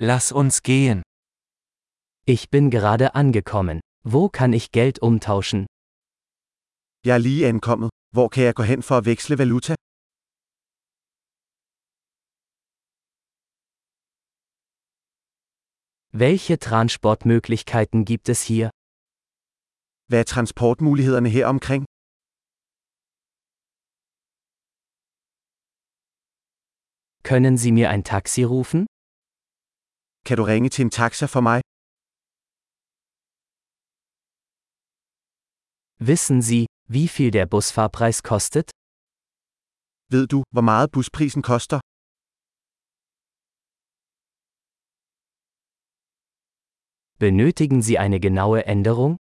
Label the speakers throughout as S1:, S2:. S1: Lass uns gehen.
S2: Ich bin gerade angekommen. Wo kann ich Geld umtauschen?
S3: Jeg er lige ankommet. Hvor kan jeg gå hen for at veksle valuta?
S2: Welche Transportmöglichkeiten gibt es hier?
S3: Hvad er transportmulighederne her omkring?
S2: Können Sie mir ein Taxi rufen?
S3: Kan du ringe til en taxa for mig?
S2: Wissen Sie, wie viel der Busfahrpreis kostet?
S3: Ved du, hvor meget busprisen koster?
S2: Benötigen Sie eine genaue Änderung?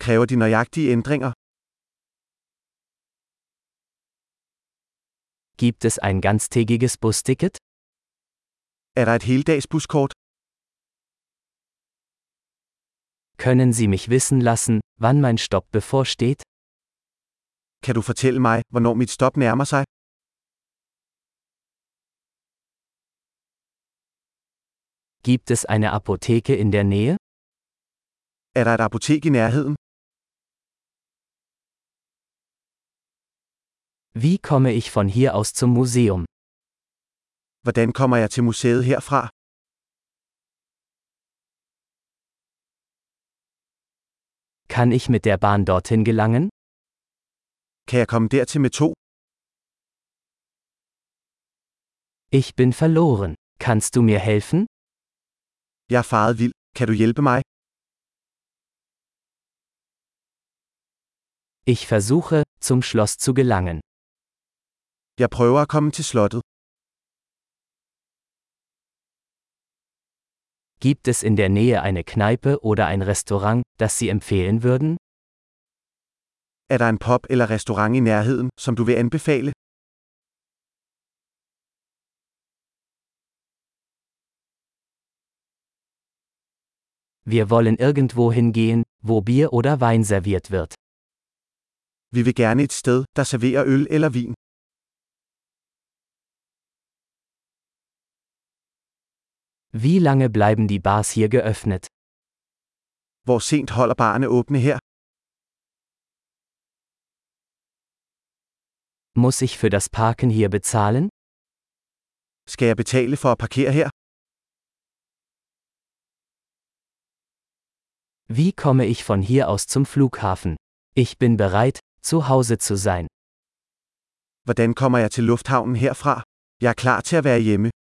S3: Kræver de nøjagtige ændringer?
S2: Gibt es ein ganztägiges Busticket?
S3: Er der et heldags buskort?
S2: Können Sie mich wissen lassen, wann mein Stopp bevorsteht?
S3: Kan du fortælle mig, hvornår mit stop nærmer sig?
S2: Gibt es eine Apotheke in der Nähe?
S3: Er der et apotek i nærheden?
S2: Wie komme ich von hier aus zum Museum?
S3: Hvordan kommer jeg til museet herfra?
S2: Kann ich mit der Bahn dorthin gelangen?
S3: Kan jeg komme dertil med to?
S2: Ich bin verloren. Kannst du mir helfen?
S3: Jeg er faret vild. Kan du hjælpe mig?
S2: Ich versuche, zum Schloss zu gelangen.
S3: Jeg prøver at komme til slottet.
S2: Gibt es in der Nähe eine Kneipe oder ein Restaurant, das Sie empfehlen würden?
S3: Er der en pop eller restaurant i nærheden, som du vil anbefale?
S2: Wir wollen irgendwo hingehen, wo Bier oder Wein serviert wird.
S3: Vi vil gerne et sted, der serverer øl eller vin.
S2: Wie lange bleiben die Bars hier geöffnet?
S3: Hvor sent holder barerne åbne her?
S2: Muss ich für das Parken hier bezahlen?
S3: Skal jeg betale for at parkere her?
S2: Wie komme ich von hier aus zum Flughafen? Ich bin bereit, zu Hause zu sein.
S3: Hvordan kommer jeg til lufthavnen herfra? Jeg er klar til at være hjemme.